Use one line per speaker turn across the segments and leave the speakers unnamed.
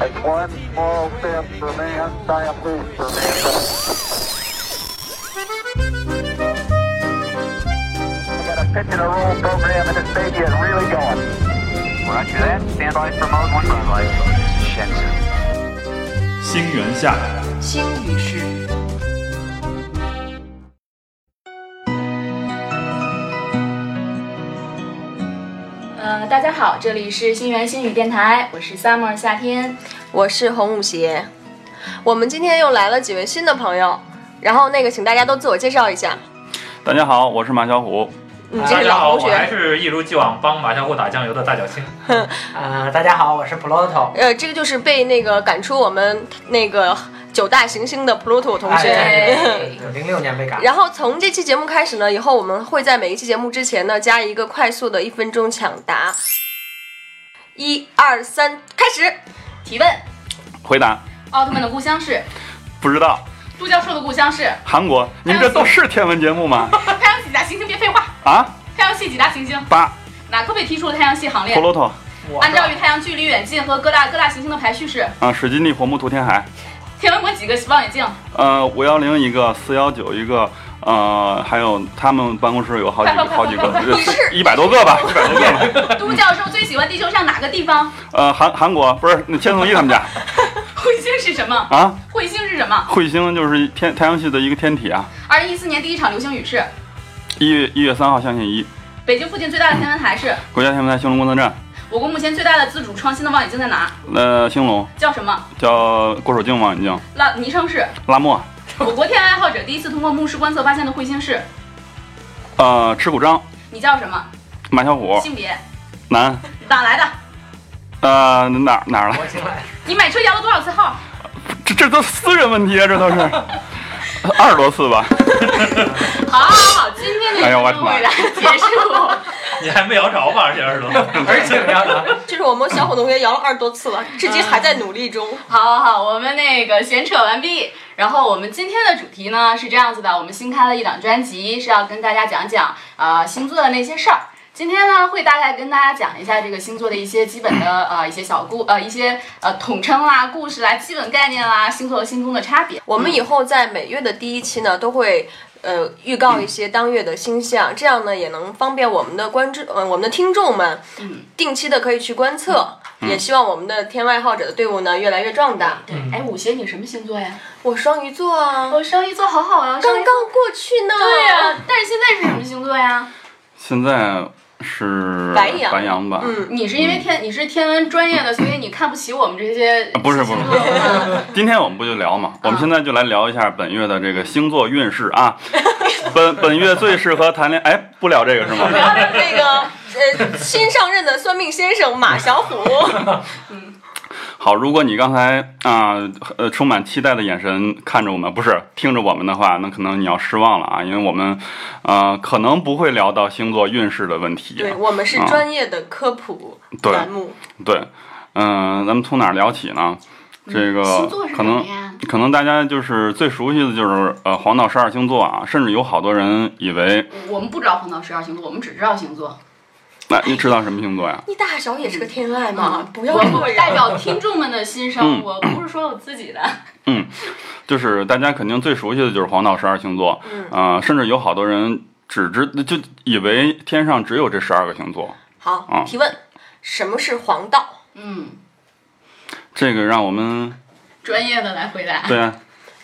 It's one small step for man, giant leap for mankind. We got a pitch and a roll program, and this baby is really going. Roger that. Stand by for mode one run light. This is Shenzhen.
星源下，
新语是
呃，大家好，这里是新源新语电台，我是 Summer 夏天。
我是红舞鞋。我们今天又来了几位新的朋友，然后那个请大家都自我介绍一下。
大家好，我是马小虎。
你这
大
是
家好，
老
我
同
还
学，
是一如既往帮马小虎打酱油的大脚青。
呃，大家好，我是 Pluto。
呃，这个就是被那个赶出我们那个九大行星的 Pluto 同学。
哎，零六年被赶。
然后从这期节目开始呢，以后我们会在每一期节目之前呢，加一个快速的一分钟抢答。一二三，开始。
提问：
回答
奥特曼的故乡是？
不知道，
杜教授的故乡是？
韩国，你们这都是天文节目吗？
太阳系几大行星？别废话，
啊，
太阳系几大行星？
八
哪颗被踢出了太阳系行列
普？罗托
我
按照与太阳距离远近和各大各大行星的排序是：
啊，水晶地火木涂天海，
天文馆几个望远镜？
呃，五幺零一个，四幺九一个，呃，还有他们办公室有好几个，好几个，呃一百多个吧，一百多个吧。
都教授最喜欢地球上哪个地方？
呃，韩韩国不是那千颂伊他们家
彗星是什么？
啊，
彗星是什么？
彗星就是天太阳系的一个天体啊。
二零一四年第一场流星雨是？
一月一月三号，相信一
北京附近最大的天文台是？
国家天文台兴隆观测站，
我国目前最大的自主创新的望远镜在哪？
呃，兴隆
叫什么？
叫郭守敬望远镜，
拉昵称是？
拉莫，
我国天文爱好者第一次通过目视观测发现的彗星是？
呃，吃虎章，
你叫什么？
马小虎，
性别？
男，
哪来的？
呃，哪儿哪儿了？
我进来，
你买车摇了多少次号？
这这都私人问题啊，这都是二十多次吧。
好，好，好，今天的
哎呀我
节
的
目
妈
来结束。
你还没摇着吧？而且 耳朵，
而且不要了。
这是我们小虎同学摇了二十多次了，至今还在努力中。
好好好，我们那个闲扯完毕。然后我们今天的主题呢是这样子的，我们新开了一档专辑，是要跟大家讲讲呃星座的那些事儿。今天呢会大概跟大家讲一下这个星座的一些基本的呃一些小故呃一些呃统称啦、故事啦、基本概念啦、星座和星宫的差别。
我们以后在每月的第一期呢，都会呃预告一些当月的星象，这样呢也能方便我们的观众，呃，我们的听众们，定期的可以去观测。也希望我们的天文爱好者的队伍呢越来越壮大。
对，哎，五邪你什么星座呀？
嗯我双鱼座啊，
我双鱼座好好啊，
刚
双鱼
刚过去呢。
对呀、但是现在是什么星座呀？
现在是
白羊
白羊吧？
嗯，
你是因为天你是天文专业的，所以你看不起我们这些
啊不是不是
星座啊吗
今天我们不就聊嘛？
啊
我们现在就来聊一下本月的这个星座运势啊。 本本月最适合谈恋爱，哎，不聊这个是吗？
然后那个呃新上任的算命先生马小 虎，
好，如果你刚才啊呃充满期待的眼神看着我们，不是听着我们的话，那可能你要失望了啊，因为我们啊、呃可能不会聊到星座运势的问题。
对我们是专业的科普
对
栏目。
对嗯、咱们从哪儿聊起呢？ 这个
嗯星座是
可
什
能
么呀？
可能大家就是最熟悉的就是呃黄道十二星座啊，甚至有好多人以为
我们不知道黄道十二星座，我们只知道星座。
那、哎你知道什么星座呀？
你大小也是个天籁嘛，嗯不要
嗯我
这
我代
样。
表听众们的心
嗯
声，我不是说我自 己的。
就是大家肯定最熟悉的就是黄道十二星座，嗯、甚至有好多人只知就以为天上只有这十二个星座。
好
嗯，
提问，什么是黄道？
嗯，
这个让我们
专业的来回答。
对啊，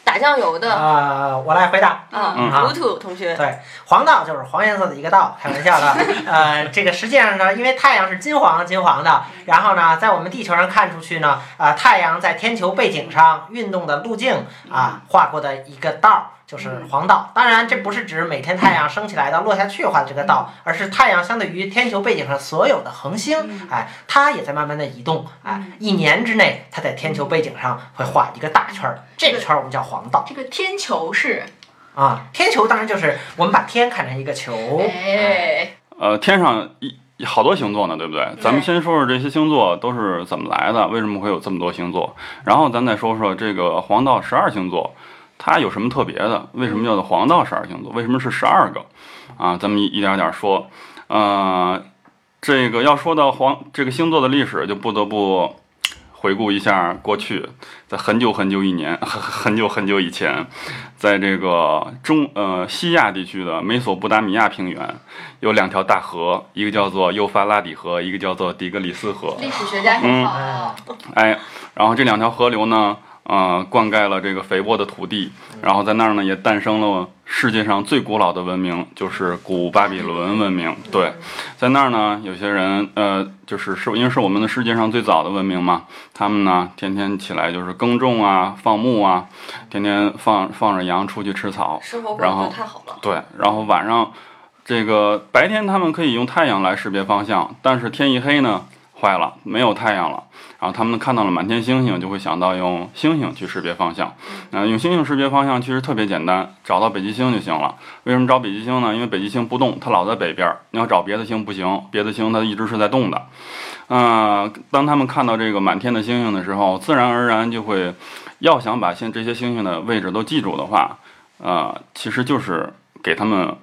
打酱油的
呃，我来回答。
啊，
嗯
糊涂同学，
对，黄道就是黄颜色的一个道，开玩笑的。呃，这个实际上呢，因为太阳是金黄金黄的，然后呢，在我们地球上看出去呢，啊、太阳在天球背景上运动的路径啊、画过的一个道。就是黄道，当然这不是指每天太阳升起来到落下去画的这个道，而是太阳相对于天球背景上所有的恒星，哎，它也在慢慢的移动，哎，一年之内它在天球背景上会画一个大圈儿，这个圈儿我们叫黄道。
这个天球是，
啊，天球当然就是我们把天看成一个
哦
球，
哎，
呃，天上一好多星座呢，对不对？咱们先说说这些星座都是怎么来的，为什么会有这么多星座？然后咱再说说这个黄道十二星座，它有什么特别的？为什么叫做黄道十二星座？为什么是十二个？啊，咱们一一点点说。呃，这个要说到黄这个星座的历史，就不得不回顾一下过去，在很久很久以年 很很久很久以前，在这个中呃西亚地区的美索不达米亚平原，有两条大河，一个叫做幼发拉底河，一个叫做底格里斯河。
历史学家很好啊，
哎，然后这两条河流呢，呃，灌溉了这个肥沃的土地，然后在那儿呢也诞生了世界上最古老的文明，就是古巴比伦文明。对，在那儿呢，有些人呃，就是是因为是我们的世界上最早的文明嘛，他们呢天天起来就是耕种啊、放牧啊，天天放放着羊出去吃草，
生活
然
过
后
得太好了。
对，然后晚上这个白天他们可以用太阳来识别方向，但是天一黑呢，坏了，没有太阳了。然后他们看到了满天星星，就会想到用星星去识别方向。嗯、用星星识别方向其实特别简单，找到北极星就行了。为什么找北极星呢？因为北极星不动，它老在北边儿。你要找别的星不行，别的星它一直是在动的。嗯、当他们看到这个满天的星星的时候，自然而然就会，要想把现这些星星的位置都记住的话，呃，其实就是给他们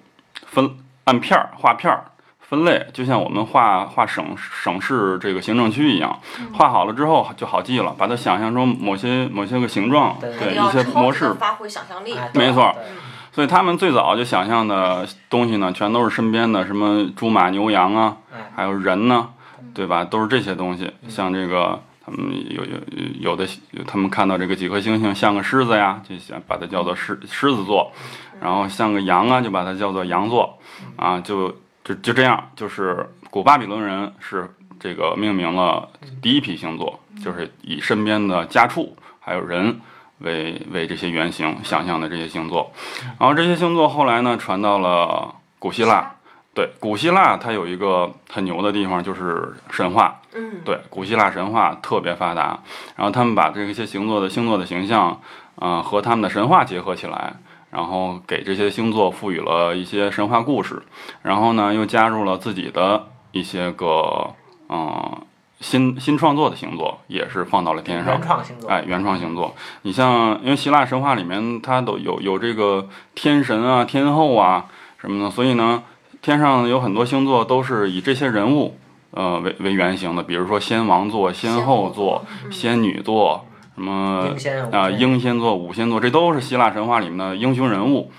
分按片儿划片儿分类，就像我们画画省省市这个行政区一样，画好了之后就好记了，把它想象成某些某些个形状，
对
一
对
定要
一些
充分
模式
地，发挥想象力。嗯
哎
没错，
对
所以他们最早就想象的东西呢，全都是身边的什么猪马牛羊啊，
哎
还有人呢，对吧？都是这些东西。像这个，他们有有有的，有他们看到这个几颗星星像个狮子呀，就想把它叫做狮狮子座，然后像个羊啊，就把它叫做羊座，啊，就就就这样，就是古巴比伦人是这个命名了第一批星座，就是以身边的家畜还有人。为为这些原型想象的这些星座，然后这些星座后来呢传到了古希腊，对，古希腊它有一个很牛的地方，就是神话。
嗯，
对，古希腊神话特别发达，然后他们把这些星座的星座的形象，啊和他们的神话结合起来，然后给这些星座赋予了一些神话故事，然后呢，又加入了自己的一些个，嗯、新新创作的星座，也是放到了天上
原。创星座，
哎，原创星座，你像因为希腊神话里面它都有有这个天神啊、天后啊什么的，所以呢，天上有很多星座都是以这些人物呃为为原型的，比如说仙王座、仙后座、仙女座，什么
英仙
啊，
英
英仙座、五仙座，这都是希腊神话里面的英雄人物。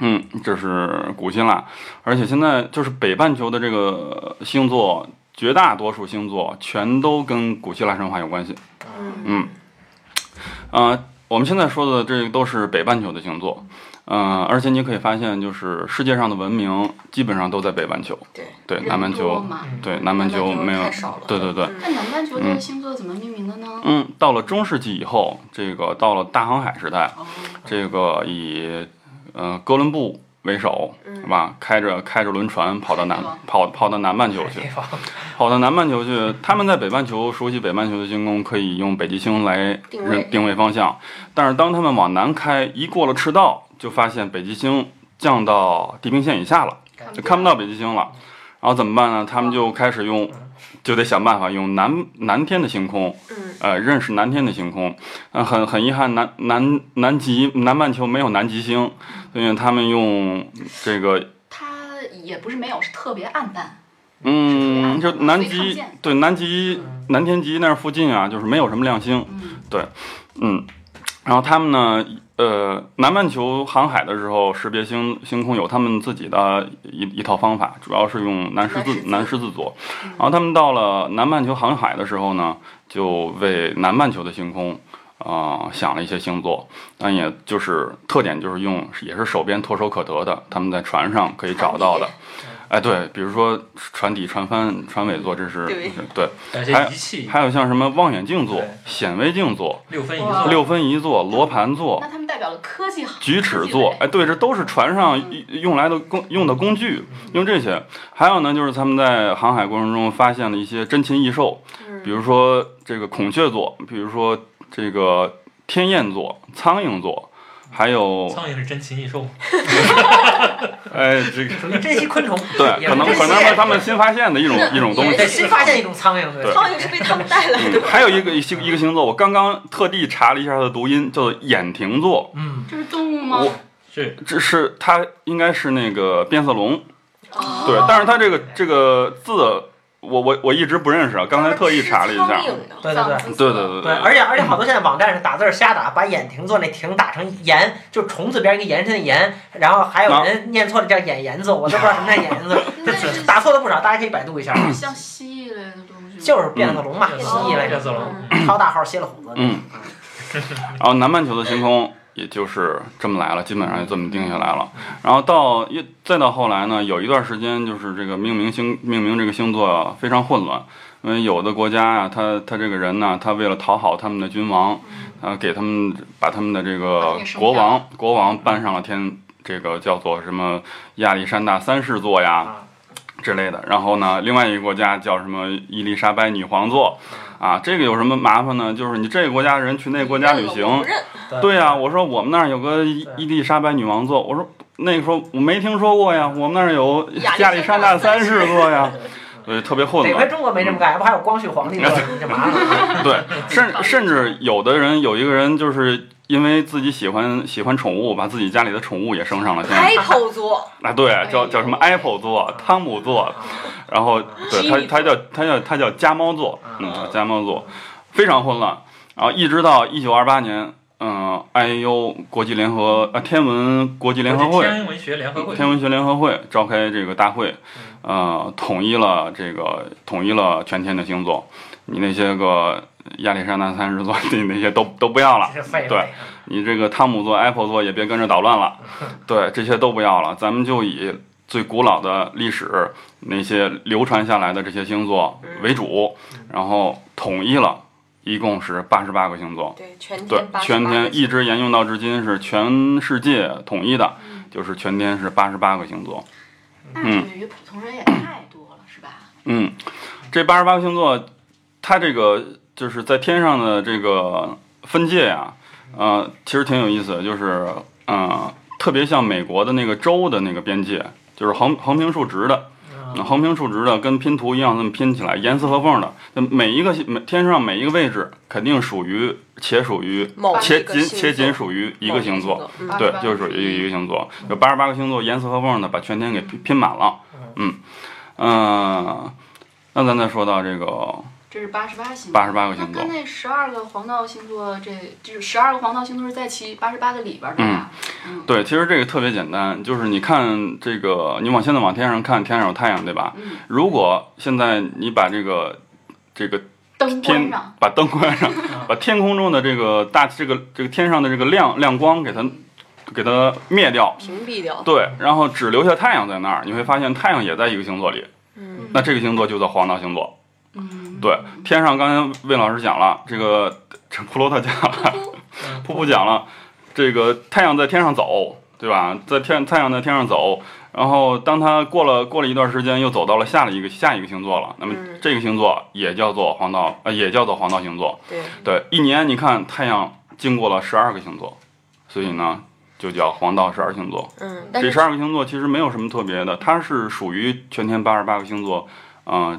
嗯，这是古希腊，而且现在就是北半球的这个呃星座，绝大多数星座全都跟古希腊神话有关系。嗯，呃，我们现在说的这个都是北半球的星座，嗯、而且你可以发现，就是世界上的文明基本上都在北半球，
对
对，南半嗯
人多
球，
嘛。
对，南半球
南半球
没有
太少了，嗯
对对对，
那南半球这些星座怎么命名的呢？
嗯，到了中世纪以后，这个到了大航海时代，
哦，
这个以呃哥伦布为首，是吧？开着开着轮船跑到南
是吗
跑跑到南半球去
地，方，
跑到南半球去。他们在北半球熟悉北半球的星空，可以用北极星来
定位
认定位方向。但是当他们往南开，一过了赤道，就发现北极星降到地平线以下
嗯
了，就看不到北极星了。然后怎么办呢？他们就开始用，就得想办法用南南天的星空
嗯，
呃，认识南天的星空。呃，很很遗憾，南南南极南半球没有南极星，所以他们用这个，
它也不是没有，是特别暗淡。
嗯，就南
所以看不
极
见
对南极南天极那儿附近啊，就是没有什么亮星，
嗯，
嗯。然后他们呢，呃，南半球航海的时候识别星星空有他们自己的一一套方法，主要是用南十
南
字
十字
南十字座。然后他们到了南半球航海的时候呢，就为南半球的星空。啊、想了一些星座，但也就是特点就是用，也是手边唾手可得的，他们在船上可以找到的
船。
哎，对，比如说船底、船帆、船尾座，这是
对
对，
有些哎仪器
还有像什么望远镜座
对、
显微镜座、
六分一
哇
座，
六分仪座、罗盘座
那、他们代表了科技行
哦举尺座，哎，对，这都是船上一用来的工用的工具，用这些。还有呢，就是他们在航海过程中发现了一些珍禽异兽，比如说这个孔雀座，比如说这个天燕座、苍蝇座，还有
苍蝇是珍禽异兽，
哎这个
属于珍稀昆虫，
对，
也
可
不
能
珍
可
稀
能是他们新发现的一种一种东西
对。新发现一种苍蝇，对
对
苍蝇是被他们带来的
嗯，。还有一个一星一个星座，我刚刚特地查了一下它的读音，叫做眼蜓座。
嗯，
这是动物吗？
我
是
这是它应该是那个变色龙，
哦
对，但是它这个这个字我我我一直不认识，啊，刚才特意查了一下
苍。蝇呢
对对对
脏
对对对
对，而且而且好多现在网站是打字儿瞎打，把眼停做那停打成盐，就虫字边一个延伸的延，然后还
啊
有人念错了叫眼炎字，我都不知道什么叫眼炎字，这这打错了不少，大家可以百度一下，啊
像蜥蜴类的东西，
就是变色龙嘛，
嗯
蜥蜴来
变
着，
色龙
嗯
超大号蝎了虎子，
哦嗯，然后南半球的星空也就是这么来了，基本上就这么定下来了。然后到一再到后来呢，有一段时间就是这个命名星命名这个星座啊非常混乱，因为有的国家呀、他他这个人呢、他为了讨好他们的君王，啊，给他们把他们的这
嗯把他
个
们给升
国
掉
王国王搬上了天，这个叫做什么亚历山大三世座呀。
啊
之类的。然后呢，另外一个国家叫什么伊丽莎白女皇座，啊，这个有什么麻烦呢？就是你这个国家人去那个国家旅
认了我
行
不，认
对呀、我说我们那儿有个伊伊丽莎白女王座，我说那个时候我没听说过呀，我们那儿有亚
亚
历
历
山
山
大
大
三
三
世座呀，所以特别混
得亏
乱。
中国没这么干，要不还有光绪皇帝呢，
嗯
你这麻烦。
对，甚甚至有的人有一个人就是因为自己喜欢喜欢宠物，把自己家里的宠物也升上了天。
，Apple 座，
啊，对，叫叫什么 Apple 座、汤姆座，
嗯
然后对他
Jeep
他叫他叫他叫家猫座，嗯，叫家猫座，非常混乱。然后一直到一九二八年，嗯、i u 国际联合呃天文国际联合会
天文学联合会，
天文学联合会召开这个大会，呃，统一了这个统一了全天的星座，你那些个亚历山大三十座， 你那些都都不要了。
这废
对
了。
你这个汤姆座、Apple 座也别跟着捣乱了，对，这些都不要了，咱们就以最古老的历史那些流传下来的这些星座为主，然后统一了，一共是八十八个星座，
对，全
对
天，八十八
全
个
天一直沿用到至今，是全世界统一的，
嗯
就是全天是八十八个星座，
那等于普通人也太多了，是吧？
嗯，这八十八个星座，它这个就是在天上的这个分界呀、呃，其实挺有意思的，就是呃，特别像美国的那个州的那个边界，就是横横平竖直的，嗯横平竖直的跟拼图一样，那么拼起来，严丝合缝的。那每一个每天上每一个位置，肯定属于且属于
某
且
一个
仅
星
且仅
座
属于一个星座。，
嗯
对，
88
就是属于一个星座，有八十八个星座严丝合缝的把全天给拼拼满了。嗯，呃，那咱再说到这个
这是八十八星座。
八十八个
那
星座
跟，那十二个黄道星座，这就是十二个黄道星座是在其八十八个里边儿的吧？嗯，
对，其实这个特别简单，就是你看这个，你往现在往天上看，天上有太阳，对吧？
嗯，
如果现在你把这个这个
灯关
天
上，
把灯关上，把天空中的这个大这个这个天上的这个亮亮光给它给它灭掉，
屏蔽掉，
对，然后只留下太阳在那儿，你会发现太阳也在一个星座里，
嗯，
嗯
那这个星座就叫黄道星座。
嗯，
对，天上刚才魏老师讲了，这个这普罗特讲了，噗噗讲了，这个太阳在天上走，对吧？在天太阳在天上走，然后当它过了过了一段时间，又走到了下了一个下一个星座了。那么
嗯
这个星座也叫做黄道，呃，也叫做黄道星座。
对，
对，一年你看太阳经过了十二个星座，所以呢就叫黄道十二星座。
嗯，但
这
是
十二个星座其实没有什么特别的，它是属于全天八十八个星座，呃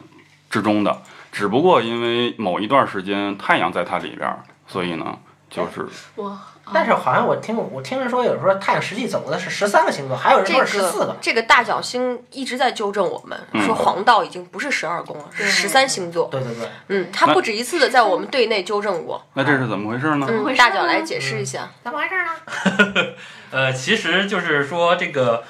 之中的。只不过因为某一段时间太阳在它里边儿，所以呢，就是
我啊
但是好像我听我听人说，有时候太阳实际走的是十三个星座，还有人
这
说是十四
个
个。
这个大角星一直在纠正我们，
嗯
说黄道已经不是十二宫了，是
对
十三星座。
对对对，
嗯，他不止一次的在我们队内纠正过。
那这是怎么回事呢？
嗯
回，事
大
呢
脚来解释一下。
怎么回事呢？
呃，其实就是说这个。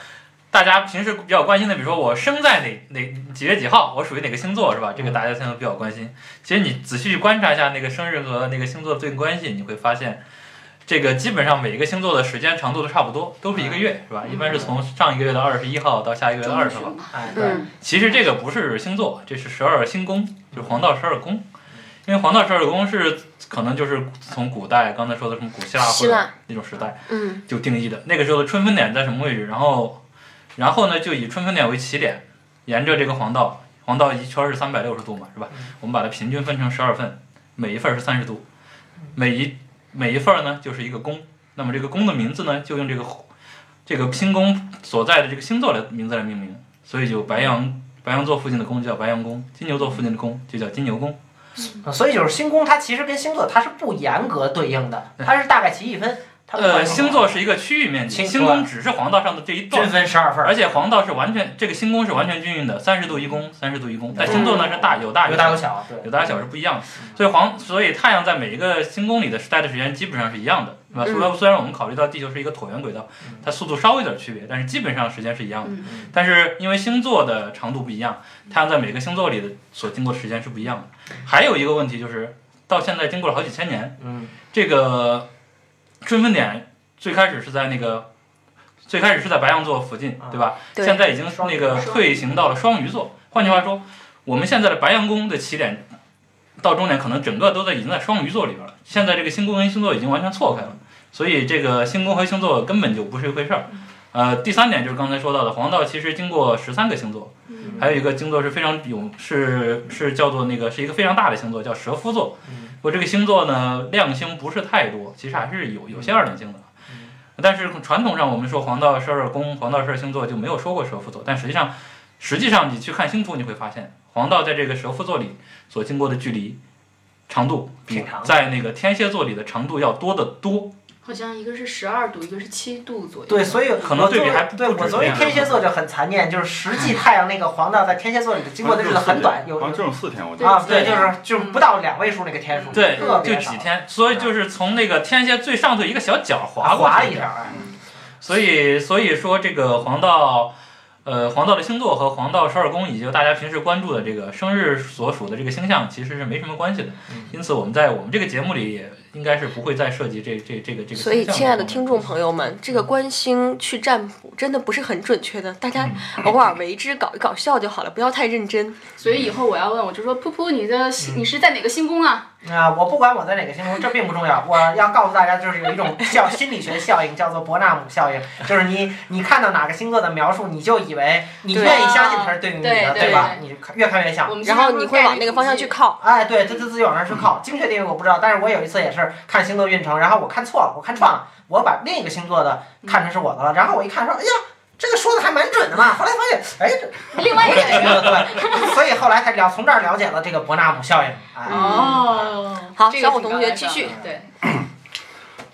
大家平时比较关心的，比如说我生在哪哪几月几号，我属于哪个星座，是吧？这个大家现在比较关心。其实你仔细去观察一下那个生日和那个星座的对应关系，你会发现，这个基本上每一个星座的时间长度都差不多，都是一个月，是吧？一般是从上一个月的二十一号到下一个月的二十号。
哎，对，
嗯，
其实这个不是星座，这是十二星宫，就是黄道十二宫。因为黄道十二宫是可能就是从古代刚才说的什么古希腊或
希
者
腊
那种时代
嗯，
就定义的，那个时候的春分点在什么位置，然后然后呢就以春分点为起点，沿着这个黄道，黄道一圈是三百六十度嘛，是吧？
嗯
我们把它平均分成十二份，每一份是三十度，每一每一份呢就是一个宫，那么这个宫的名字呢就用这个这个星宫所在的这个星座来名字来命名，所以就白羊白羊座附近的宫就叫白羊宫，金牛座附近的宫就叫金牛宫。
嗯所以就是星宫，它其实跟星座它是不严格对应的，它是大概其一分。它不
呃，
管
星座是一个区域面积，
星啊
星宫只是黄道上的这一
均
段，
分十二份
而
儿，
且黄道是完全这个星宫是完全均匀的，三十度一宫，三十度一宫。但星座呢是大有大
有大有小，对。
有大小是不一样的，所以黄所以太阳在每一个星宫里的待的时间基本上是一样的，是吧？
嗯
虽然虽然我们考虑到地球是一个椭圆轨道
嗯，
它速度稍微有点区别，但是基本上时间是一样的。
嗯
嗯
但是因为星座的长度不一样，太阳在每个星座里的所经过的时间是不一样的。还有一个问题就是，到现在经过了好几千年，
嗯，
这个春分点最开始是在那个最开始是在白羊座附近，对吧？
对
现在已经
双鱼
那个退行到了双鱼座。换句话说，我们现在的白羊宫的起点到终点，可能整个都在已经在双鱼座里边了。现在这个星宫跟星座已经完全错开了，所以这个星宫和星座根本就不是一回事儿。呃，第三点就是刚才说到的黄道，其实经过十三个星座，
嗯
还有一个星座是非常有是是叫做那个是一个非常大的星座，叫蛇夫座。
嗯
我这个星座呢，亮星不是太多，其实还是有有些二等星的
嗯。
但是传统上我们说黄道十二宫、黄道十二星座就没有说过蛇夫座，但实际上，实际上你去看星图，你会发现黄道在这个蛇夫座里所经过的距离长度，比
挺长的
在那个天蝎座里的长度要多得多。
好像一个是十二度，一个是七度左右。
对，所以
可能
我作
对比
为
还不
对
不止
我作为
这样
天蝎座就很残念，就是实际太阳那个黄道在天蝎座里的经过的日子很短，有
好像
有
只有四天，我记得。
啊，
对
对，就是就是不到两位数那个天数，
对，
特
就
别少
几，天，所以就是从那个天蝎最上头一个小角
划
划过
了
去
一下，哎
所以所以说这个黄道，呃，黄道的星座和黄道十二宫以及大家平时关注的这个生日所属的这个星象其实是没什么关系的
嗯。
因此我们在我们这个节目里也应该是不会再涉及这这这个这个。
所以，亲爱的听众，朋友们，这个观星去占卜真的不是很准确的，大家
嗯
偶尔为之搞一搞笑就好了，不要太认真。
所以以后我要问，我就说噗噗，你的你是在哪个星宫啊？
啊，我不管我在哪个星宫，这并不重要。我要告诉大家，就是有一种叫心理学效应，叫做伯纳姆效应，就是你你看到哪个星座的描述，你就以为你
对
愿意相信它是对应你
对
的，
对
吧？你看越看越像
我。们
然后你会往那个方向去。靠。
哎，对，它它自己往那儿去靠，精确定义我不知道，但是我有一次也是看星座运程，然后我看错了，我看串了，我把另一个星座的
嗯
看成是我的了，然后我一看说，哎呀，这个说的还蛮准的嘛，后来发现，哎，这
另外一个人。
对， 所以后来才了从这儿了解了这个伯纳姆效应，哎，
哦，
嗯好
这个
小虎
挺
同
高
学
大
继
上
续
的对，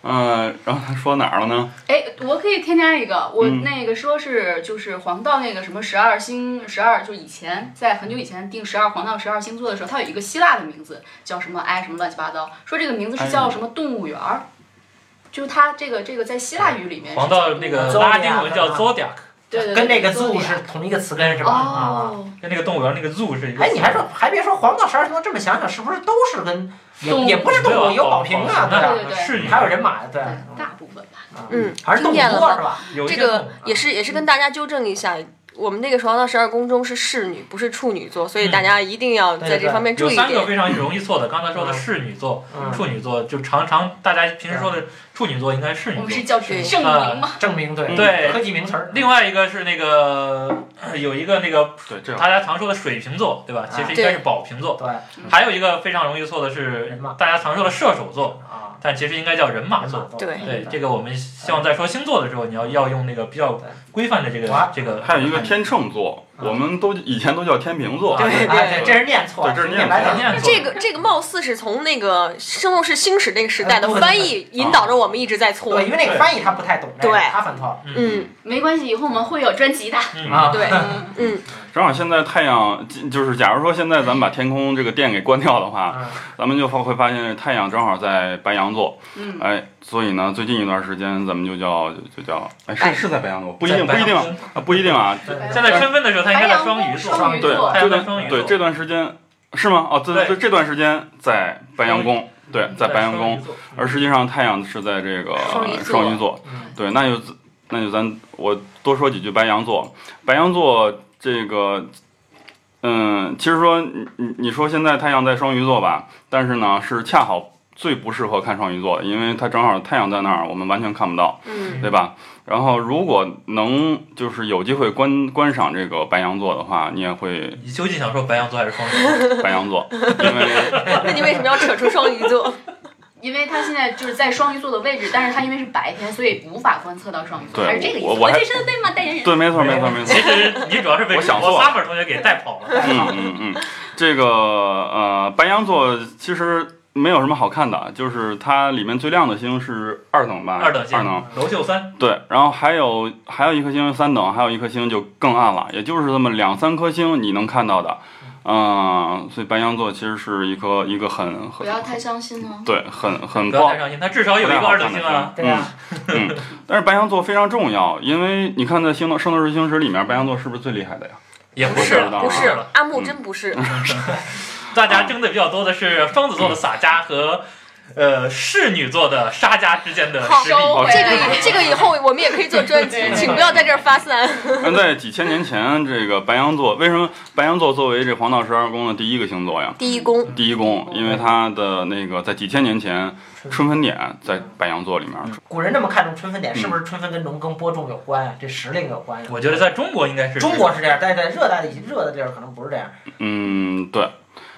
嗯、然后他说哪儿了呢？
哎，我可以添加一个，我
嗯
那个说是就是黄道那个什么十二星十二，就以前在很久以前定十二黄道十二星座的时候，它有一个希腊的名字叫什么埃什么乱七八糟，说这个名字是
哎
叫什么动物园儿，就是它这个这个在希腊语里面是
黄道那个拉丁文叫 zodiac，
对对对
跟那
Zodiac
个 zoo 是同一个词根是吧？啊。
哦，
跟那个动物园那个 zoo 是一个。
哎，你还说还别说黄道十二星座，这么想想是不是都是跟也
动物
也不是动物有保平啊，
对
吧？
对对
是
还有人马呀，
对
对啊，
大部分吧，
嗯
还是动物
听见了
多
吗
是吧？
有
这个也是也是跟大家纠正一下，我们那个黄道十二宫中是侍女，不是处女座，
嗯
所以大家一定要在这方面注
有
意一
三个
点。
非常容易错的，刚才说的
嗯
侍女座、
嗯
处女座，就常常大家平时说的处女座应该是
嗯
侍女
我们
座
是。叫
对
圣灵嘛，
证明对
对
科技名词儿，
另外一个是那个 呃有一个那个
对，这
大家常说的水瓶座，对吧？其实应该是宝瓶座。
啊对
还有一个非常容易错的是
人马
大家常说的射手座，
啊，
但其实应该叫人马座。
对
对，这个我们希望在说星座的时候，你要要用那个比较
对
规范的这个
哇
这个。
还有一个天秤座，
嗯
我们都以前都叫天平座。啊
对
对
哎，对，这是念错了，
对这是念错
白
了
点儿
念错啊
这个这个貌似是从那个《圣斗士星矢》那个时代的
哎对
翻译引导着我们一直在错
对，。因为那个翻译他不太懂，哎
对
他犯错了
嗯
没关系，以后我们会有专辑的。
嗯
啊，
对
嗯
嗯，
正好现在太阳，就是假如说现在咱们把天空这个电给关掉的话，
嗯
咱们就发会发现太阳正好在白羊座，
嗯，
哎，所以呢，最近一段时间咱们就叫就就叫，哎，
哎
是是在白羊座，不一定不
在白
一定
羊
啊，不一定啊，
对
现在春分的时候，它应该在双鱼座。
双鱼
对
座，
太
这
阳在
段
双鱼座
对这段时间是吗？哦，对
对
对，这段时间在白羊宫，对，在白羊
双鱼
宫，
座。
而实际上太阳是在这个
双鱼座
双鱼座，
嗯
对，那就那就咱我多说几句白羊座，白羊座这个，嗯，其实说你你你说现在太阳在双鱼座吧，但是呢是恰好最不适合看双鱼座的，因为它正好太阳在那儿，我们完全看不到，
嗯，
对吧？然后如果能就是有机会观观赏这个白羊座的话，你也会
你究竟想说白羊座还是双鱼座？
白羊座，因为
那你为什么要扯出双鱼座？
因为它现在就是在双鱼座的位置，但是它因为是白天，所以无法观测到双鱼座，
对
还是这个意思。
我我还
这说的对吗，代言人？
对，没错，没错，没错
其。实你主要是被
我想错了
我 三本同学给带跑了。
嗯嗯嗯，这个呃，白羊座其实没有什么好看的，就是它里面最亮的星是二等吧，
二等星
二等，
楼秀三，
对，然后还有还有一颗星是三等，还有一颗星就更暗了，也就是这么两三颗星你能看到的，嗯，所以白羊座其实是一颗一个很
不
很
要太伤心哦。
对很很
不要
光
太伤心，它至少有一个二等星啊。
对呀、
嗯，嗯但是白羊座非常重要，因为你看在星斗圣斗士星矢里面，白羊座是不是最厉害的呀？
也
不
是
是
知道啊嗯
不是
了，
阿木真不是，
大家争的比较多的是双子座的洒家和呃侍女座的沙家之间的
好
实力。
啊
好
这个这个以后我们也可以做专辑，请不要在这儿发散。
但在几千年前，这个白羊座为什么白羊座作为这黄道十二宫的第一个星座呀？
第一宫，
第一宫，因为它的那个在几千年前春分点在白羊座里面，
古人这么看重春分点，是不是春分跟农耕播种有关啊？这时令有关呀、
我觉得在中国应该是
中国是这样，但是在热带的热的地儿可能不是这样。
嗯，对，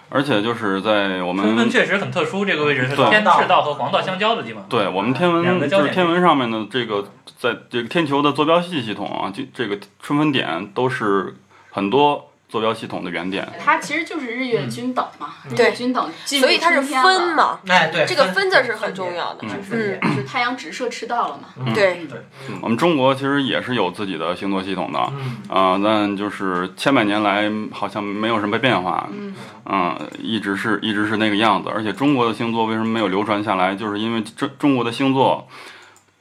而且就是在我
春分
们
确实很特殊，这个位置是
对
天赤道和黄道相交的地方。
对我们天
两个
文
焦
就是
点
天文上面的这个，在这个天球的坐标系系统啊，这这个春分点都是很多坐标系统的原点。
它其实就是日月均等嘛，日
对
月均等进入
所以它是
春天了
分，嘛，
哎，对，
这个
分
分字是很重要的。
分别
就是太阳直射赤道了嘛。
嗯
对，
我们中国其实也是有自己的星座系统的，
嗯，
啊、但就是千百年来好像没有什么变化，
嗯，
嗯，一直是一直是那个样子。而且中国的星座为什么没有流传下来，就是因为这中国的星座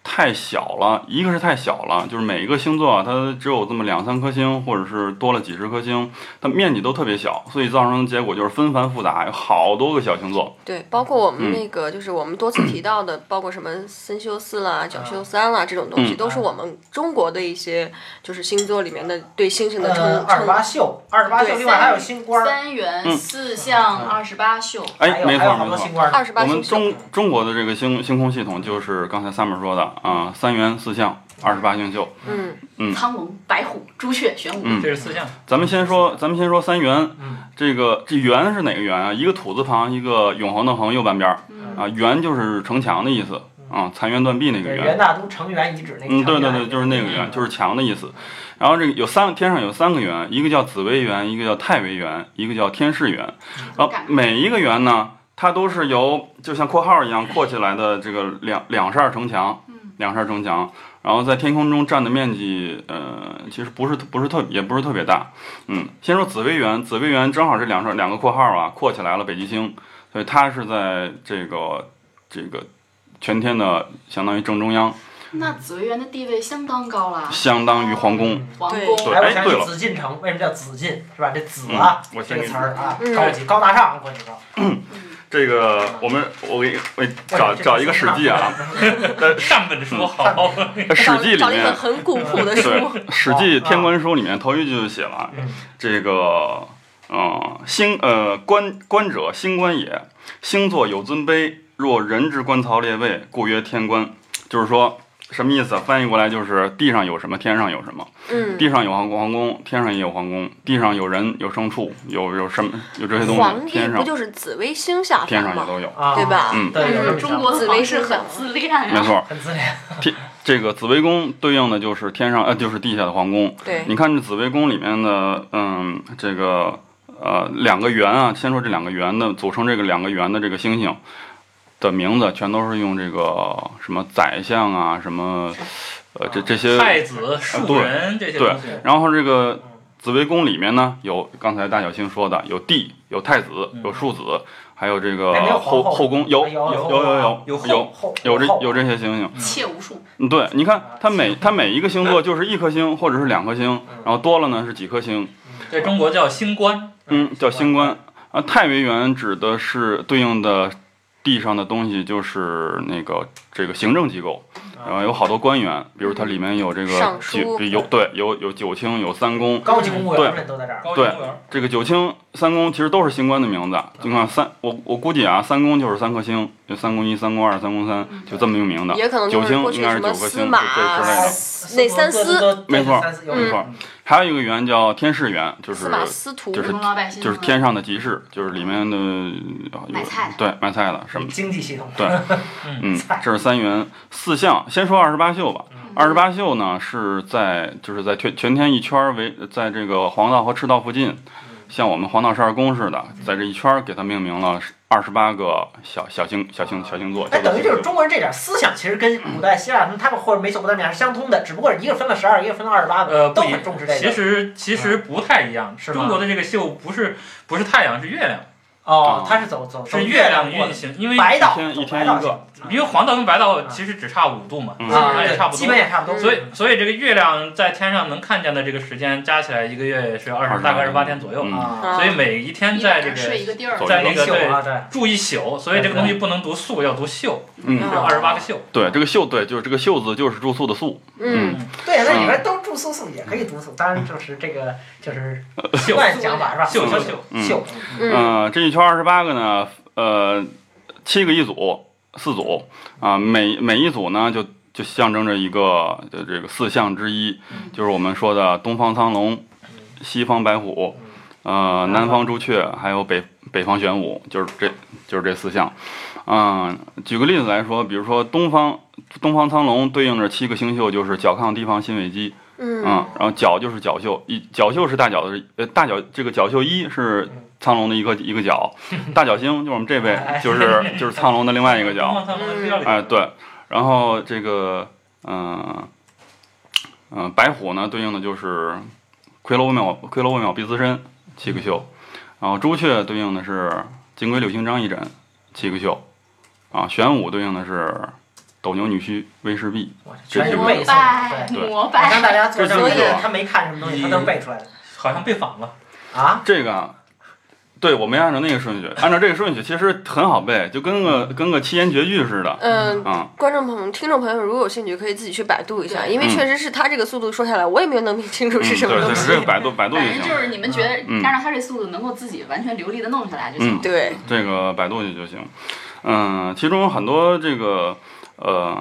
太小了，一个是太小了，就是每一个星座啊，它只有这么两三颗星，或者是多了几十颗星，它面积都特别小，所以造成的结果就是纷繁复杂，有好多个小星座。
对，包括我们
嗯
那个，就是我们多次提到的，包括什么森修四啦、角修三啦这种东西，
嗯
都是我们中国的一些就是星座里面的对星星的
呃，
称
二十八
称。
宿，二十八宿，
对
另外还有星官儿，
三
嗯
元四象二十八宿，
还
哎，
有
没
还
错
有好
没
多
错
星。官儿。
二十八
我
星
们
宿，
中中国的这个星星空系统就是刚才 Summer 说的啊、三元四象，二十八星宿。
嗯，
嗯
苍龙、白虎、朱雀、玄武。
嗯
这是四项，
咱们先说，咱们先说三元，
嗯
这个这元是哪个元啊？一个土字旁，一个永恒的恒，右半边儿
嗯
啊。元就是城墙的意思啊，残垣断壁那个
对，
元
元。大都城垣遗址那个。啊
嗯，对对对，就是那个元，
元，
就是墙的意思。然后这个有三个天上有三个元，一个叫紫微垣，一个叫太微垣，一个叫天士元。然后每一个元呢，它都是由就像括号一样括起来的这个两两扇城墙，
嗯，
两扇城墙，然后在天空中占的面积，呃，其实不是不是特也不是特别大，嗯，先说紫微垣，紫微垣正好这两扇两个括号啊，括起来了北极星，所以它是在这个这个全天的相当于正中央，
那紫薇园的地位相当高了，
相当于皇宫。
王
对
宫。
对
哎，我
哎
想
对
起
了
紫禁城，为什么叫紫禁？是吧？这紫
嗯
啊，，
我
这
先
个
给你
词儿啊，
嗯
高级、高大上，关键是。
嗯
这个，我们我给我给找找一个《史记》啊，
上本
嗯
书好，
《史
找
记》里
找了一
面
本很古朴的书
对，，《史记·
哦
天官书》里面头一句就写了
嗯，
这个，呃，星呃官官者，星官也，星座有尊卑，若人之观曹列位，故曰天官。就是说什么意思啊？翻译过来就是地上有什么，天上有什么。
嗯，
地上有皇皇宫，天上也有皇宫。地上有人，有牲畜，有有什么，有这些东
皇
西。
帝
天
不
上
就是紫微星下
天
凡
上也
吗？
都有，
啊，
对吧？
嗯
对，有这么一
中
说
国的皇室很自恋
哎
没
啊，
错。
很自恋。
这个紫微宫对应的就是天上，呃，就是地下的皇宫。
对，
你看这紫微宫里面的，嗯，这个呃两个圆啊，先说这两个圆的组成这个两个圆的这个星星的名字，全都是用这个什么宰相啊，什么呃这这些。
太子、庶人这些东西。
然后这个紫微宫里面呢，有刚才大小星说的，有帝，有太子，有庶子，还有这个
嗯哎没有
后
皇后
后宫，有
哎
有
有有
有
有
有有
后
有这
后
有这些星星。
妾无数。
嗯，对，你看它每它每一个星座就是一颗星或者是两颗
嗯
星，然后多了呢是几颗星。
在中国叫星官，
嗯，叫星官。啊，太微垣指的是对应的地上的东西，就是那个这个行政机构，然后有好多官员，比如它里面有这个
尚书
九有对有有九卿有三公，
高级公务员们都在这儿。
高级
对
公务
啊
员，
这个九卿三公其实都是星官的名字。你看三，我我估计啊，三公就是三颗星，就三公一、三公二、三公三，就这么命名的。
也可能就
九
是
卿
过去
应该
什
是九
么
颗
司
星
马
就这之类
啊
的。
那三思
对，对
没错
三思有
没
嗯
错，还有一个园叫天士园，就是
司马司徒，
就是
普通老百姓
就是天上的集市，就是里面的有
买菜的
对卖菜的什么的
经济系统。
对， 嗯，这是三元四象。先说二十八宿吧。
嗯
嗯
二十八宿呢是在就是在全全天一圈儿围，在
嗯
这个黄道和赤道附近，像我们黄道十二宫似的，在这一圈儿给它命名了二十八个小小星小星小星座，
那
叫做
哎等于就是
星座
中国人这点思想，其实跟古代希腊什么他们或者美索不达米亚是相通的，只不过一个分了十二，一个分了二十八
嗯
呃，
个，
不
都
一
很重视这个。嗯
其实其实不太一样，
是吗
中国的这个秀不是不是太阳，是月亮，
啊，
哦他是走走走
是
哦月
亮
过
运
的，
行，因为
白道
一天
走
一
白
天
道
一个
行
因为黄道跟白道
啊
其实只差五度嘛，
嗯
基本
啊，
上也差不
基本
多。
也差不多。
所以，所以这个月亮在天上能看见的这个时间加起来，一个月是二十大概二十八天左右。
嗯
啊，
啊
所以每一天
一
在
晚
这
上睡一个地儿，
左
在那
连
个
秀
对
啊，嗯对，
住一宿，所以这个东西不能读宿，要读宿，
嗯，
就二十八个宿。
对，这个宿对，就是这个宿字就是住宿的宿，
嗯，
对，那里边都住宿宿也可以住宿，当然就是这个就是习
秀
惯讲法是吧？
秀秀
秀
秀，
嗯
秀，
嗯
嗯、这一圈二十八个呢，呃，七个一组，四组啊、每每一组呢就就象征着一个的这个四象之一，就是我们说的东方苍龙、西方白虎、呃南方朱雀，还有北北方玄武，就是这就是这四象。嗯、举个例子来说，比如说东方东方苍龙对应着七个星宿，就是角亢、地方、心尾鸡。
嗯
嗯，然后角就是角宿，一角宿是大角的，呃，大角这个角宿一是苍龙的一个一个角，大角星就是我们这位
哎，
就是就是苍龙的另外一个
东
角，
方苍龙
嗯
的料理。
哎，对，然后这个嗯嗯、白虎呢对应的就是魁罗未秒魁罗未秒必自身七个宿，然后朱雀对应的是金龟六星章一枕七个宿，啊，玄武对应的是斗牛女婿威士弼，
哇全是
这就
背
膜
诵的
拜，。
对
膜
对，
拜，
让大家作证，
这就是
他没看什么东西，他都是背出来的
好像被反了，
啊。
这个啊，对我没按照那个顺序，按照这个顺序其实很好背，就跟个跟个七言绝句似的。
嗯。
啊、
观众朋友、听众朋友，如果有兴趣，可以自己去百度一下，
对
因为
嗯
确实是他这个速度说下来，我也没有弄清楚
嗯，
是什么
对
东
对，
西。
这个百度百度就
反正
行
就，是你们觉得
嗯
按照他这速度能够自己完全流利的弄下来就
嗯
行了。
对，
这个百度就就行。嗯，其中很多这个呃。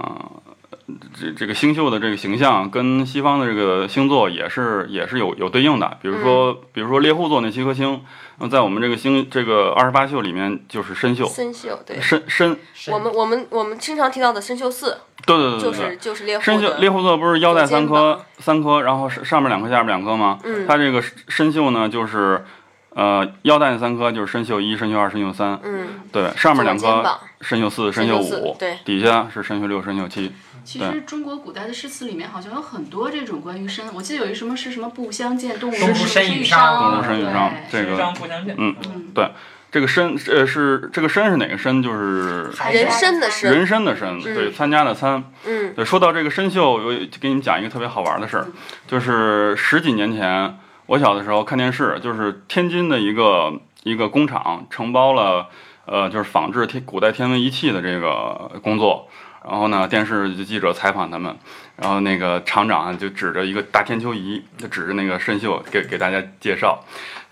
这这个星宿的这个形象跟西方的这个星座也是也是有有对应的，比如说、
嗯
比如说猎户座那七颗星，那在我们这个星这个二十八宿里面就是申宿，
生锈，对
申申，
我们我们我们经常提到的生锈四，
对对对对对，
就是就是猎户
深
的
袖猎户座不是腰带三
左肩
颗，三颗，然后上上面两颗，下面两颗吗？
嗯
它这个深袖呢，就是呃腰带三颗，就是深袖一、深袖二、深袖三，
嗯，
对，上面两
左肩
颗
膀
深袖四、
深
袖
袖四
五，
对
底下是深袖六、深袖七，
其
对
实中国古代的诗词里面好像有很多这种关于身，我记得有一什么是什么不相见动物
动物
是
身
与
与伤
东如身与伤，
对
这
智
个
商不相见。
嗯
嗯，
这个身呃是这个身是哪个身？就是
嗯
还是
人参的参，
人参的参，对，
嗯
参加的参。
嗯
对，说到这个深秀，有就给你们讲一个特别好玩的事儿，就是十几年前我小的时候看电视，就是天津的一个一个工厂承包了，呃，就是仿制天古代天文仪器的这个工作。然后呢，电视记者采访他们，然后那个厂长就指着一个大天球仪，就指着那个深秀给给大家介绍，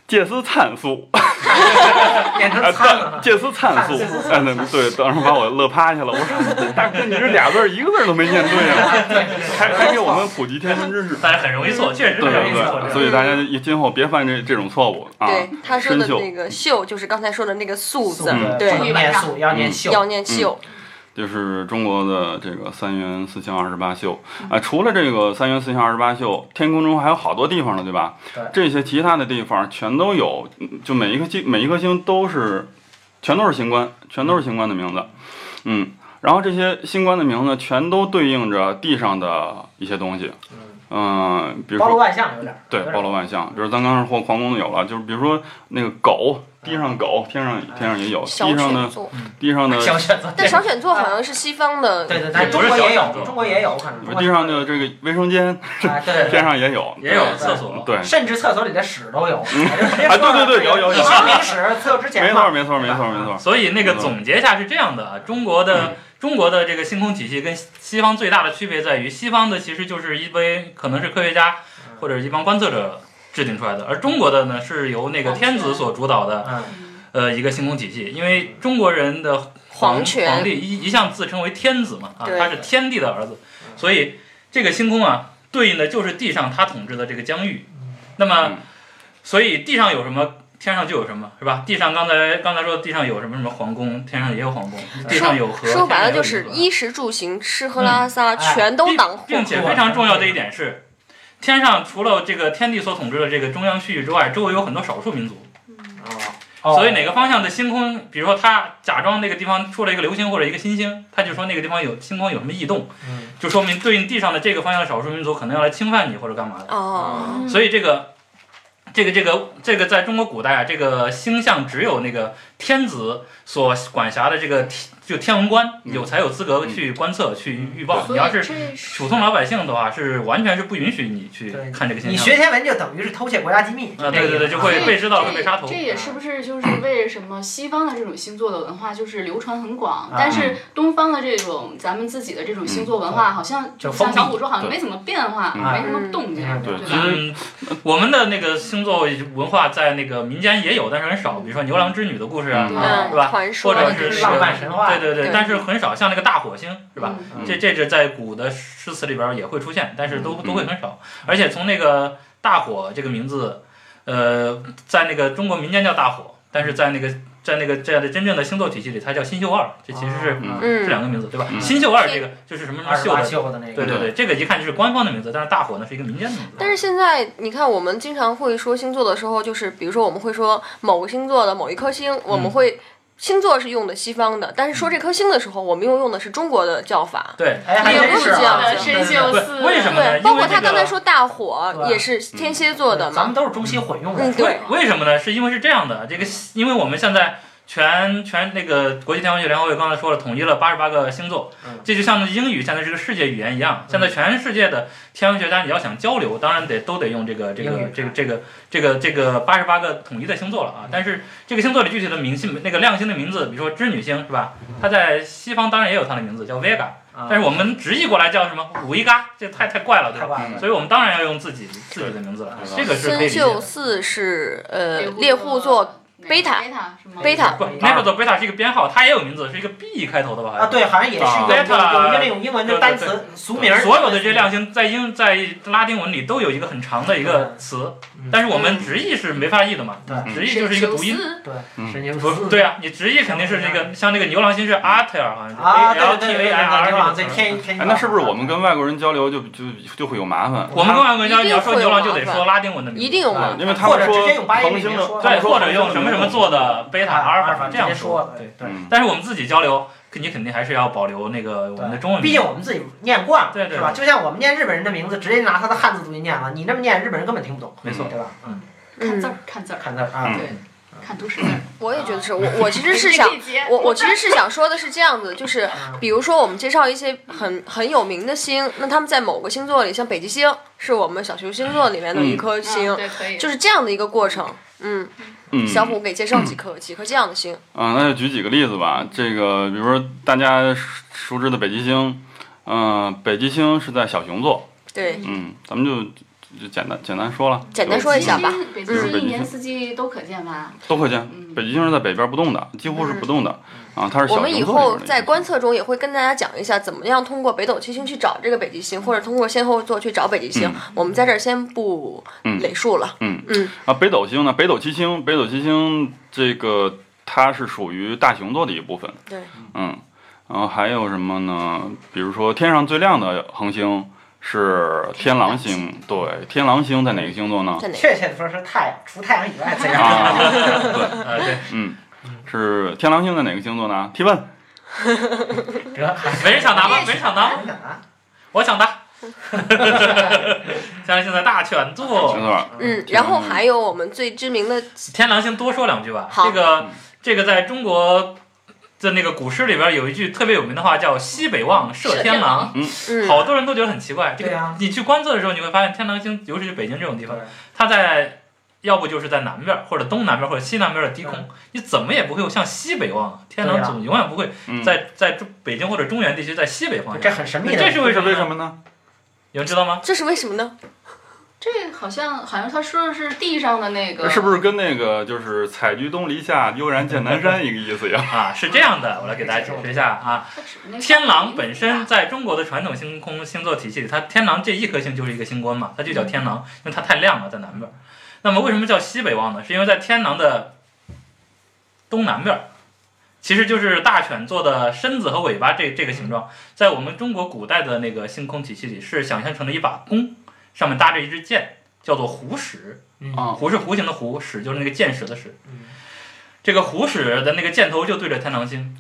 介丝参素，
变成
啊，
参
对，
了哈。
介丝参 素
灿素，
哎，对对，当时把我乐趴下了。我 说，大哥，你这俩字儿一个字儿都没念 对啊。还还给我们普及天文知 识。
但是很容易
嗯
错，确实
对
很
对
容易错。
对，所以大家一今后别犯这这种错误啊。嗯
对他说的
深
那
秀
个锈就是刚才说的那个素字，
嗯
不
对，嗯
能念素，要念秀。
要念锈，
就是中国的这个三元四象二十八宿
嗯
啊、除了这个三元四象二十八宿，天空中还有好多地方呢，对吧？
对
这些其他的地方全都有，嗯就每一颗星每一颗星都是，全都是星官，全都是星官的名字，嗯。然后这些星官的名字全都对应着地上的一些东西，嗯、比如
包
说
罗万象有点儿。
对，
有点
包
儿
罗万象。比如咱刚才说皇宫的有了，就是比如说那个狗，地上
嗯
狗，天上天上也有，
小
地上
犬
的
座，
地上的
小选择。
但小犬座好像是西方的，
对对，咱中国也有，中国也有可能。中国
地上的这个卫生间，
啊，对对对
天上也有，
也有厕所，
对，
甚至厕所里的屎都有。啊，
啊
对
对对对有有有
一清明屎，厕所之前
没
嘛
错没错没错没错，
所以那个总结一下是这样的啊，中国的中国的这个星空体系跟西方最大的区别在于，西方的其实就是一堆可能是科学家或者一帮观测者制定出来的，而中国的呢是由那个天子所主导的
嗯，
呃一个星空体系，因为中国人的
皇权
皇帝一一向自称为天子嘛啊，
对
他是天帝的儿子，所以这个星空啊对应的就是地上他统治的这个疆域，那么。
嗯
所以地上有什么，天上就有什么，是吧？地上刚才刚才说地上有什么什么皇宫，天上也有皇宫，地上有河，
说白了就是
天上也有
衣食住行、吃喝拉撒全
河
都挡火，
并并且非常重要
嗯
的一点是，天上除了这个天地所统治的这个中央区域之外，周围有很多少数民族。
哦哦
所以哪个方向的星空，比如说它假装那个地方出了一个流星或者一个新星，它就说那个地方有星空有什么异动，
嗯
就说明对应地上的这个方向的少数民族可能要来侵犯你或者干嘛的。
哦，
嗯
所以这个，这个，这个，这个，在中国古代啊，这个星象只有那个天子所管辖的这个天就天文官
嗯
有才有资格去观测、去预报。你
所以
要是
这是
普通老百姓的话，是完全是不允许你去
对
看这个现
你
象。
学天文就等于是偷窃国家机密
啊对对对就会
所以
被知道会被
这
杀头
这也是不是就是为什么西方的这种星座的文化就是流传很广，
啊
但是东方的这种咱们自己的这种星座文化，好像
就封
像
闭
小虎说，好
对
像没怎么变化，
嗯
没什么动静，
嗯
对
对
其
吧？
实
嗯，我们的那个星座文化在那个民间也有，但是很少。比如说牛郎织女的故事啊，
嗯
嗯，
是吧
传说
或者是
那个
浪漫神话，
对对对，
对
但是很少。像那个大火星是吧？
嗯？
嗯
这这是在古的诗词里边儿也会出现，但是都
嗯
都会很少。而且从那个大火这个名字，呃，在那个中国民间叫大火，但是在那个在那个这样的真正的星座体系里，它叫星宿二，这其实
哦
是
嗯
这两
嗯，
个名字对吧？
嗯
星宿二这个就是什么什么
二十
宿
八
的，
宿的那个，
对对对，这个一看就是官方的名字，但是大火呢是一个民间的名字。
但是现在你看，我们经常会说星座的时候，就是比如说我们会说某个星座的某一颗星，我们会星座是用的西方的，但是说这颗星的时候，我们又用的是中国的叫法。
对，
哎，还
也
真
不
是
是这样
啊
的
对对
深
对
秀
对为什么呢？
对，
因
包括
为这
他刚才
个。嗯
说大火
对吧
也是天蝎座的
咱们
嘛，
都是中西混用的，
嗯，对，
为什么呢？是因为是这样的，这个因为我们现在全全那个国际天文学联合会刚才说了，统一了八十八个星座
嗯，
这就像英语现在是个世界语言一样，现在全世界的天文学家你要想交流，当然得都得用这个这
英
个
语啊嗯
这个这个这个这个八十八个统一的星座了啊。但是这个星座里具体的明星那个亮星的名字，比如说织女星是吧？
嗯
它在西方当然也有它的名字叫 Vega，
啊
但是我们直译过来叫什么五一嘎，这太太怪了对
太
吧？
棒了。嗯
所以我们当然要用自己自己的名字了，
对
这个是可以
深
理解的
秀。四是呃猎
猎
户座，
那个
贝塔
贝塔是吗？
贝塔
不，那个走贝塔是一个编号，它也有名字，是一个 B 开头的吧？好像
啊，，对，好像也是有有有一个那种英文的单词俗名，啊
所有的这些亮星在英在拉丁文里都有一个很长的一个词，但是我们直译是没法译的嘛，
嗯
嗯
对
直译就是一个读音。
神经
不，对啊，你直译肯定是那个，像那个牛郎星是阿特尔，好像是
啊，
A
对
L
对
T
对
A
对对
I R
对，往
这
这
个词。
天天
哎，那是不是我们跟外国人交流就就就会有麻烦？
我们跟外国人交流，你要说牛郎就得说拉丁文的名字，
一定有
啊
嗯
嘛，
因为他们
或者直
说
接用八音
恒星
里面
的
说，
对，
他们说
或者用
恒
什
星
么什么座的贝塔、阿
啊阿
尔
尔
法
法
这样
说的，
对
对，
对。
嗯
但是我们自己交流，你肯定还是要保留那个我们的中文名。
毕竟我们自己念惯了，
对对
是吧？
对
就像我们念日本人的名字，直接拿他的汉字读音念了，你那么念，日本人根本听不懂，
没错
对吧？嗯，
看字
嗯，
儿，看字儿，
看字儿啊，
对，看都市字儿。
我也觉得是我我其实是想
这一节
我我其实是想说的是这样子，就是比如说我们介绍一些很很有名的星，那他们在某个星座里，像北极星是我们小学星座里面的一颗
嗯
星，
对，可以，
就是这样的一个过程。嗯，
嗯，
小虎给介绍几颗几颗这样的星，
嗯，那就举几个例子吧。这个，比如说大家熟熟知的北极星，嗯、北极星是在小熊座，
对，
嗯，咱们就就简单简单说了，
简单说一下吧。
北极
嗯
星一年四季都可见吧？
都可见。
嗯
北极星是在北边不动的，几乎是不动的啊，它是小
嗯
熊
我
座
们
里
以
面的
后
一个
在观测中也会跟大家讲一下，怎么样通过北斗七星去找这个北极星，或者通过先后座去找北极星。我们在这儿先不
嗯
累述了。
嗯
嗯
啊，北斗星呢，北斗七星，北斗七星这个它是属于大熊座的一部分，
对，
嗯，然后还有什么呢？比如说天上最亮的恒星是天狼星，对，天狼星在哪个星座呢？
在哪？
确切的说是太阳，除太阳以外最亮的。
啊，
啊， 对，
嗯，是天狼星在哪个星座呢？提
哦
问。
得，
没人抢答吗？没人抢答吗？
你想 啊
我抢 答。现在现在大全
没
做，
错，
嗯，然后还有我们最知名的
天狼星多说两句吧。
好
这个
嗯
这个在中国的那个古诗里边有一句特别有名的话叫“西北望射天狼”，
嗯，
好多人都觉得很奇怪。这
对
个
呀，
你去观测的时候，你会发现天狼星，尤其是北京这种地方，
对啊
它在要不就是在南边，或者东南边，或者西南边的低空，你怎么也不会有像西北望啊。天狼
对呀
总永远不会
嗯，
在在中北京或者中原地区在西北方
这
向。
很神秘的。
这是为什么？
为什？么呢？
你们知道吗？
这是为什么呢？
这好像好像他说的是地上的那个，
是不是跟那个就是“采菊东篱下，悠然见南山”一个意思一 样？
啊，是这样的，我来给大家解释一下啊。
它指那个
天狼本身在中国的传统星空星座体系里，它天狼这一颗星就是一个星官嘛，它就叫天狼，因为它太亮了，在南边。那么为什么叫西北望呢？是因为在天狼的东南边，其实就是大犬座的身子和尾巴这这个形状，在我们中国古代的那个星空体系里是想象成了一把弓，上面搭着一支箭，叫做虎矢。
嗯
啊，
弧是弧形的弧，矢就是那个箭矢的矢
嗯。
这个湖室的那个箭头就对着天狼星。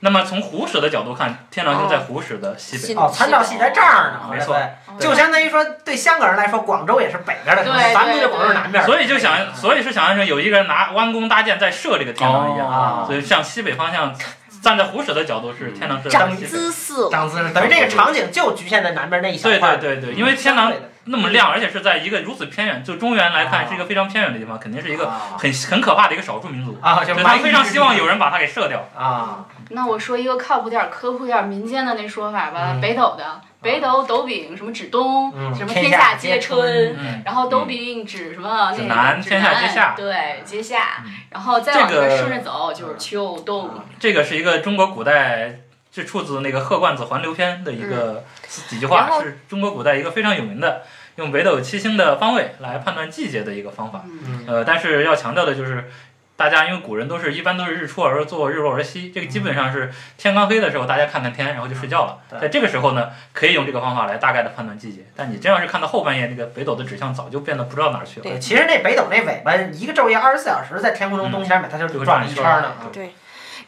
那么从湖室的角度看，天狼星在湖室的西北。
西
哦，参照系在这儿
哦
呢，
没错
对不对，就相当于说对香港人来说，广州也是北边的城市，
对
咱们
对
就广州是南边的。
所以就
啊
想，所以是想象成有一个人拿弯弓搭箭在射这个天狼一样，啊
哦
所以向西北方向站在湖室的角度是天狼是在
长
西北。
姿势了，
档次是等于这个啊场景就局限在南边那一小
对
块
对
儿。
对对，因为天狼
嗯
相对的
那么亮，而且是在一个如此偏远，就中原来
哦
看是一个非常偏远的地方，肯定是一个很很可怕的一个少数民族。
啊，
所
就
以他
蛮
非常希望有人把他给射掉。
啊，
那我说一个靠谱点儿、科普点儿、民间的那说法吧，
嗯
北斗的北斗斗柄什么指东，
嗯
什么
天下
下
皆
皆
春
嗯，
然后斗柄指什么那
指
个
南天下皆下
对皆下
嗯，
然后再往
这个
这顺着走就是秋冬，
这个是一个中国古代。是出自那个《贺冠子环流篇》的一个几句话
然，后
是中国古代一个非常有名的用北斗七星的方位来判断季节的一个方法。
嗯，
嗯
呃，但是要强调的就是，大家因为古人都是一般都是日出而作，日落而息，这个基本上是天刚黑的时候，大家看看天，然后就睡觉了。
对
在这个时候呢，可以用这个方法来大概的判断季节。但你真要是看到后半夜，那个北斗的指向早就变得不知道哪儿去了。
对
其实那北斗那尾巴一个昼夜二十四小时在天空
嗯
中东西南北，它就转了一圈儿呢。啊
对，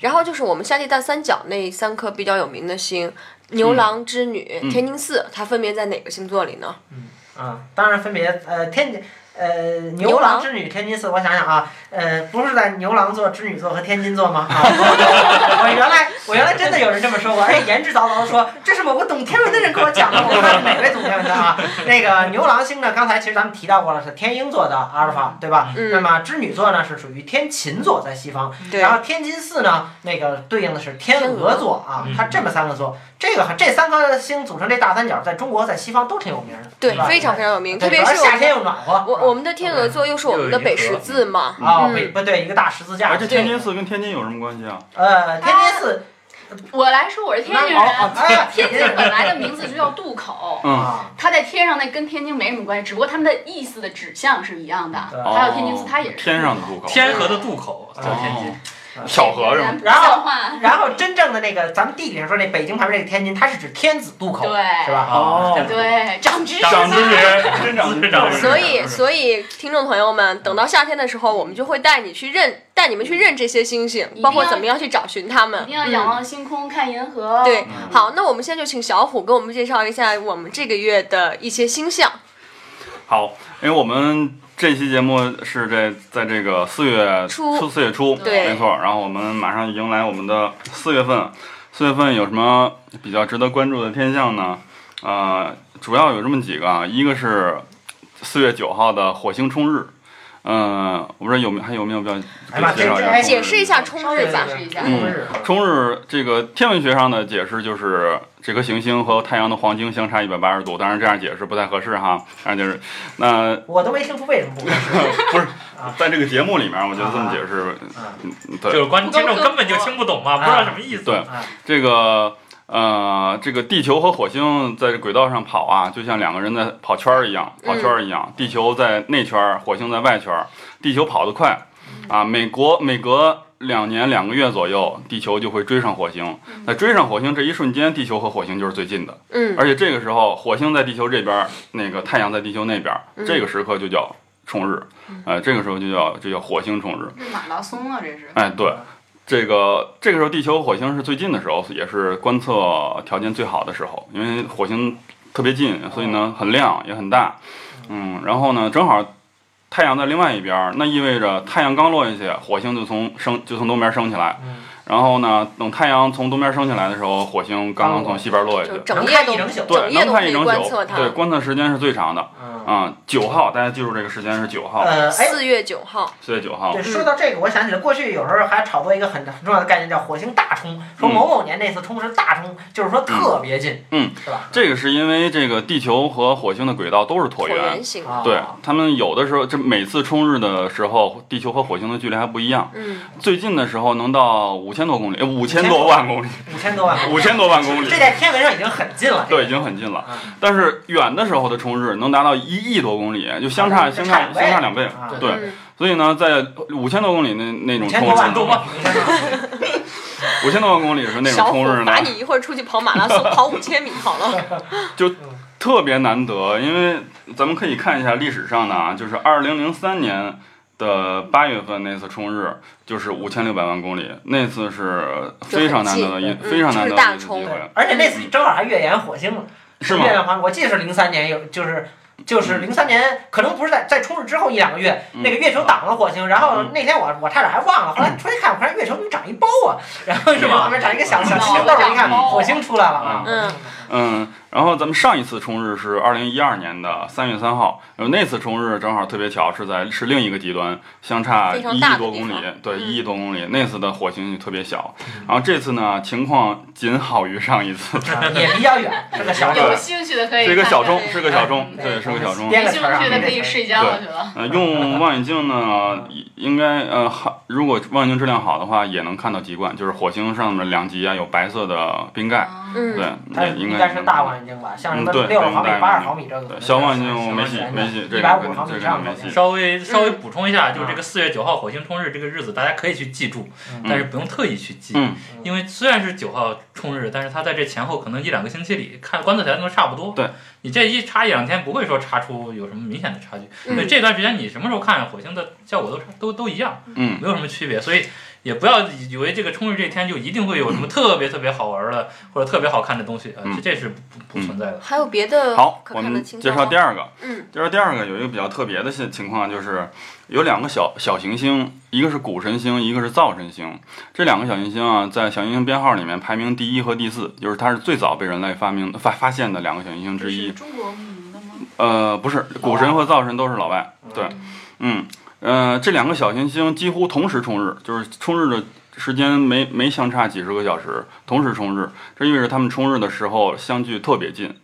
然后就是我们夏季大三角那三颗比较有名的星，牛郎织女、
嗯
天津四，它分别在哪个星座里呢？
啊，当然分别呃天津呃牛
牛
郎
郎
织女天津四，我想想啊，呃不是在牛郎座、织女座和天津座吗？啊，我原来我原来真的有人这么说过，而且言之凿凿地说这是某个懂天文的人跟我讲的，我看哪位懂天文的啊？那个牛郎星呢，刚才其实咱们提到过了，是天鹰座的阿尔法，对吧？那
嗯，
么织女座呢是属于天琴座，在西方。
对
然，后天津四呢，那个对应的是天鹅座啊
天鹅，
它这么三个座，这个这三颗星组成这大三角，在中国在西方都挺有名的，
对
是吧，
非常非常有名，特
对
别
主要
是
是
我
夏天
们
又暖和。
我我们的天鹅座又是我们的北十字嘛，
嗯
啊，
嗯
北不对，一个大十字架
哎，。这天津寺跟天津有什么关系啊？
呃，天津寺
我来说我是天津
那哦
人，
哦哎
啊天津本来的名字就叫渡口。
嗯，
啊，
它在天上那跟天津没什么关系，只不过他们的意思的指向是一样的。
对
还有天津寺，
哦
它也是嗯
天上的渡口，
天河的渡口叫天津，
巧合是吗？
不像话，
然后真正的那个咱们地理上说那北京旁边这个天津，它是指天子渡口，
对
是吧？
哦
天河
对，长知识了，
长知识，真长
长知
知
识
识，
长知识
所以所以听众朋友们，等到夏天的时候，我们就会带你去认，带你们去认这些星星
定，要
包括怎么样去找寻它们。
一定要仰望星空，看银河。
对，
嗯
好，那我们现在就请小虎给我们介绍一下我们这个月的一些星象。
好，因为我们这期节目是这在这个四月
初
四月初，
对
没错。然后我们马上迎来我们的四月份，四月份有什么比较值得关注的天象呢？呃，主要有这么几个啊，一个是四月九号的火星冲日，嗯、我不知道有没还有没有比较
哎妈
介绍一下冲日
这这
解释一下冲
稍
日
微
吧
解。释一下。
嗯
是
冲日这个天文学上的解释就是这颗行星和太阳的黄金相差一百八十度，当然这样解释不太合适哈。但是就是那
我都没听出为什么不 合适。
在这个节目里面，我觉得这么解释，
啊
嗯，
就
对
是观听众根本就听不懂嘛，不知道什么意思。
对
啊
这个呃，这个地球和火星在轨道上跑啊，就像两个人在跑圈儿一样，跑圈儿一样，地球在内圈儿，火星在外圈儿，地球跑得快啊，美国每隔两年两个月左右，地球就会追上火星。在追上火星这一瞬间，地球和火星就是最近的，
嗯，
而且这个时候火星在地球这边儿，那个太阳在地球那边儿，
嗯
这个时刻就叫冲日，呃，这个时候就叫就叫火星冲日。
这马拉松啊，这是。
哎，对，这个这个时候地球和火星是最近的时候，也是观测条件最好的时候，因为火星特别近，所以
哦
呢很亮也很大，嗯，然后呢正好太阳在另外一边儿，那意味着太阳刚落下去，火星就从升就从东边升起来，
嗯
然后呢等太阳从东边升起来的时候，火星刚刚从西边落下
就
去。
整夜
能看
都
一整宿
对，
整夜
能
都
看
可
一
以
整
观
宿
测，
对，
它。
观测时间是最长的
嗯
啊，九、号，大家记住这个时间是九号，
呃，哎，
四月九号，
四、月九号
嗯
对，，说到这个，我想起来过去有时候还炒作一个很很重要的概念，叫火星大冲。说某某年那次冲是大冲，就是说特别近，
嗯，
是吧？
这个是因为这个地球和火星的轨道都是哎椭
椭
圆，
圆形。
啊
对他们有的时候，这每次冲日的时候，地球和火星的距离还不一样。
嗯，
最近的时候能到五千多公里，呃五千多万公里，
五千多万公里，
五千多万公里
这，在天文上已经很近了。
对，已经很近了
嗯。
但是远的时候的冲日能达到一亿多公里，就相差
这
相
啊
差
差两倍
相差两倍
啊。
对，
嗯
所以呢，在五千多公里那那种
五
冲
千多万
日，
公里，
五千多万公里是那种
小虎
冲日呢
罚，你一会儿出去跑马拉松，跑五千米好 了。
特别难得。因为咱们可以看一下历史上的啊，就是二零零三年的八月份那次冲日就是五千六百万公里，那次是非常难得的一
就很近
非常难得的一次
嗯就是大
机
冲
会，
而且那次正好还越研火星了，
是吗
月？亮环，我记得是零三年有，就是就是零 三年，可能不是在在冲日之后一两个月，
嗯
那个月球挡了火星，然后
嗯
那天我我差点还忘了，后来出去看，我发现月球怎么长一包啊，然后
是吗
旁边长一个小小
嗯
青豆儿，一看
长包啊
火星出来了啊，
嗯，
嗯，然后咱们上一次冲日是二零一二年的三月三号，然后那次冲日正好特别巧，是在是另一个极端，相差
非
一
常
亿
大的
多
地
公里
方，
对，
嗯
一亿多公里，那次的火星就特别小，
嗯
然后这次呢情况仅好于上一次，
也比较远，是个小
对
豆
有
儿。
兴趣的可以
是一
看
个小
看
众，是个小众，对，是个小众。
编
没
个
兴
词儿啊
趣的可以
编个词儿
睡觉了去了。
呃，用望远镜呢，应该呃，好如果望远镜质量好的话，也能看到极冠，就是火星上面两极啊有白色的冰盖，
嗯
对，
它
也应
应
该
该是大望远镜吧，像什
嗯
么
对
六十毫米
对、
八十毫米这个啊
对，小望远镜没戏，没戏，这
一百
个
五十毫米
这
以
个
上
没戏。
稍微稍微补充一下，
嗯
就是这个四月九号火星冲日这个日子，大家可以去记住
嗯，
但是不用特意去记
嗯，
因为虽然是九号冲日，但是它在这前后可能一两个星期里看观测条件都差不多。
对，
你这一差一两天不会说差出有什么明显的差距，
嗯
所以这段时间你什么时候看火星的效果都差都都一样，
嗯，
没有什么区别，所以。也不要以为这个冲日这一天就一定会有什么特别特别好玩的或者特别好看的东西，呃，
嗯
这这是不不不存在的。
还有别的
好，
可
我
看
们
的情
介
况
绍
吗？
第二个，
嗯，
就是第二个有一个比较特别的现情况，就是有两个小小行星，一个是谷神星，一个是灶神星。这两个小行星啊，在小行星编号里面排名第一和第四，就是它是最早被人类发明发发现的两个小行星之一。
中国名的吗？
呃，不是，
老
古
外
神和灶神都是老外。对，嗯，呃，这两个小行星几乎同时冲日，就是冲日的时间没没相差几十个小时，同时冲日，这意味着他们冲日的时候相距特别近。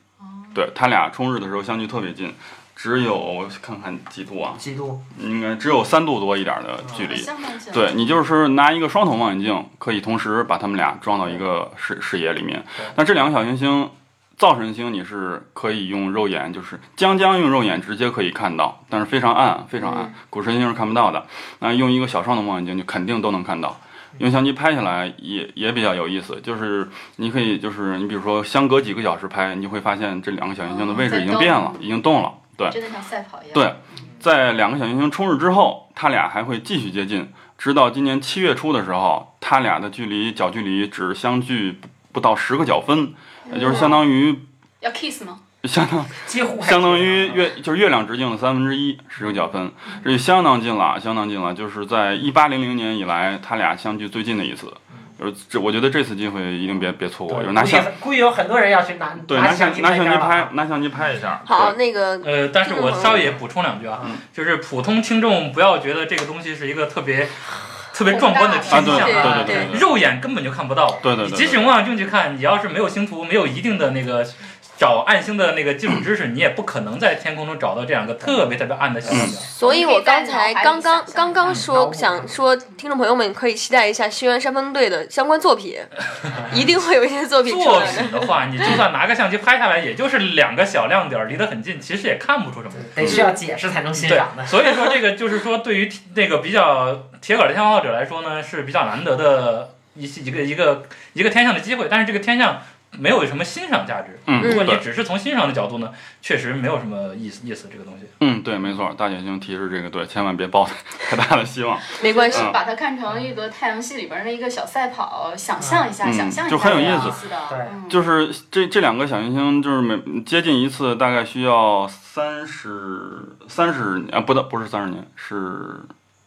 对他俩冲日的时候相距特别近，只有看看几度啊，
几度？
应该只有三度多一点的距离。
相反起来，
对你就是拿一个双筒望远镜，可以同时把它们俩装到一个视视野里面
对。
那这两个小行星，灶神星你是可以用肉眼，就是将将用肉眼直接可以看到，但是非常暗，非常暗
嗯，
古神星是看不到的。那用一个小双筒望远镜就肯定都能看到。用相机拍下来也也比较有意思，就是你可以就是你比如说相隔几个小时拍，你就会发现这两个小行星的位置已经变了，已经哦动了。对，
真的像赛跑一样。
对在两个小行星冲日之后，它俩还会继续接近，直到今年七月初的时候，它俩的距离角距离只相距不不到十个角分，也就是相当于
要 kiss 吗？
相当
几乎还
相当于月就是月亮直径的三分之一，十个角分，这就相当近了，相当近了，就是在一八零零年以来，它俩相距最近的一次。就是这，我觉得这次机会一定别别错过，就是拿
估计
相
估计有很多人要去拿
对拿相
相
拿相机
机啊
拍。拿相机拍一下。
好，那个
呃，但是我稍微也补充两句啊，
嗯
就是普通听众不要觉得这个东西是一个特别特别壮观
对
的
啊，
天
对
象
对
啊，
对对对
肉眼根本就看不到。
对对
你
对
即
对
使。用望远镜去看，你要是没有星图，没有一定的那个找暗星的那个基础知识，你也不可能在天空中找到这两个特别特别暗的小星星。
所以我刚才刚刚刚刚
嗯
说想说，听众朋友们可以期待一下《星源山峰队》的相关作 品，一定会有一些作品出
作
来的。
品的话，你就算拿个相机拍下来，也就是两个小亮点儿，离得很近，其实也看不出什么。
得需要解释才能欣赏的
对，。所以说这个就是说，对于那个比较铁杆的天文爱好者来说呢，是比较难得的一些一个一个一个天象的机会。但是这个天象没有什么欣赏价值。
嗯，
如果你
对
只是从欣赏的角度呢，确实没有什么意思意思这个东西。
嗯，对，没错，大姐星提示这个对，千万别抱太大的希望，
没关系
嗯，
把它看成一个太阳系里边的一个小赛跑，想象一下，
嗯
想象一下，
就很有意思
思的。
对
嗯
就是这这两个小行星，就是每接近一次大概需要三十三十年啊，不到不是三十年，是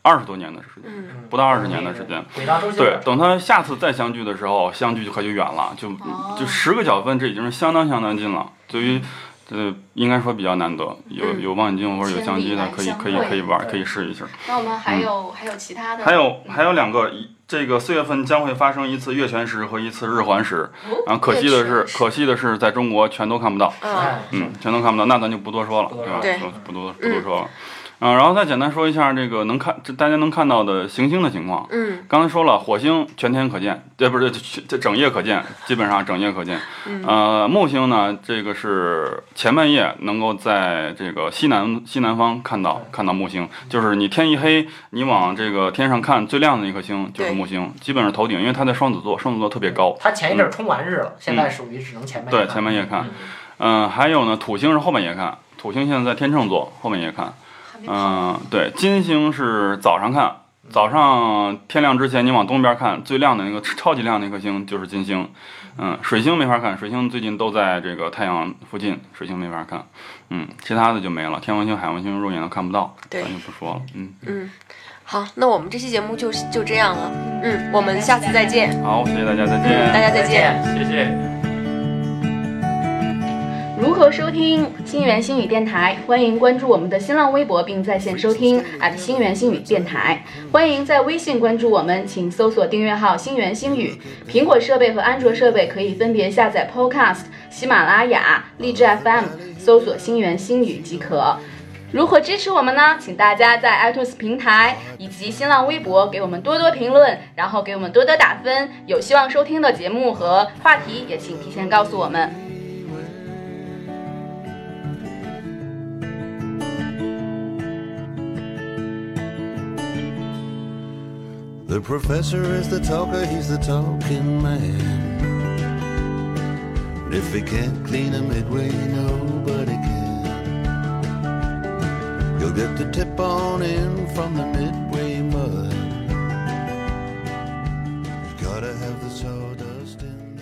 二十多年的时间，
嗯，
不到二十年的时间。
嗯
轨道周期
对，等它下次再相聚的时候，相距就可就远了，就
哦嗯
就十个角分，这已经是相当相当近了。对于呃，应该说比较难得，有
嗯
有望远镜或者有相机的，可以
千里
可
来
以
相会
可以玩，可以试一试。
那我们还有还有其他的，
还有还有两个，一这个四月份将会发生一次月全食和一次日环食，然后可惜的是
哦月全，食
可惜的是在中国全都看不到，
嗯，
嗯，全都看不到，那咱就不多说了，
不多
对
说
吧？
了
对
不不多不多说了，嗯，然后再简单说一下这个能看，这大家能看到的行星的情况。
嗯，
刚才说了，火星全天可见，这不是这这整夜可见，基本上整夜可见。
嗯
呃，木星呢，这个是前半夜能够在这个西南西南方看到看到木星，就是你天一黑，你往这个天上看，最亮的那颗星就是
对
木星，基本上头顶，因为它在双子座，双子座特别高。嗯
他嗯前一阵儿冲完日了，现在属于只能前半夜
对，
看
前半夜看呃
嗯。
嗯、还有呢，土星是后半夜看，土星现在在天秤座，后半夜看。
还没
嗯、
跑。
对，金星是早上看，早上天亮之前你往东边看，最亮的那个超级亮的那颗星就是金星。嗯，水星没法看，水星最近都在这个太阳附近，水星没法看。嗯，其他的就没了，天王星、海王星肉眼都看不到，
对
咱就不说了。嗯，
嗯，好，那我们这期节目就是就这样了。嗯，我们下次再见，
好，谢谢大家，再见。
大家再见。
谢谢。
如何收听星源星语电台？欢迎关注我们的新浪微博，并在线收听 at 星源星语电台。欢迎在微信关注我们，请搜索订阅号“星源星语”。苹果设备和安卓设备可以分别下载 Podcast、喜马拉雅、荔枝 FM，搜索“星源星语”即可。如何支持我们呢？请大家在 iTunes 平台以及新浪微博给我们多多评论，然后给我们多多打分。有希望收听的节目和话题，也请提前告诉我们。
The professor is the talker, he's the talking man. And if he can't clean a midway, nobody can. You'll get the tip on in from the midway mud. You gotta have the sawdust in.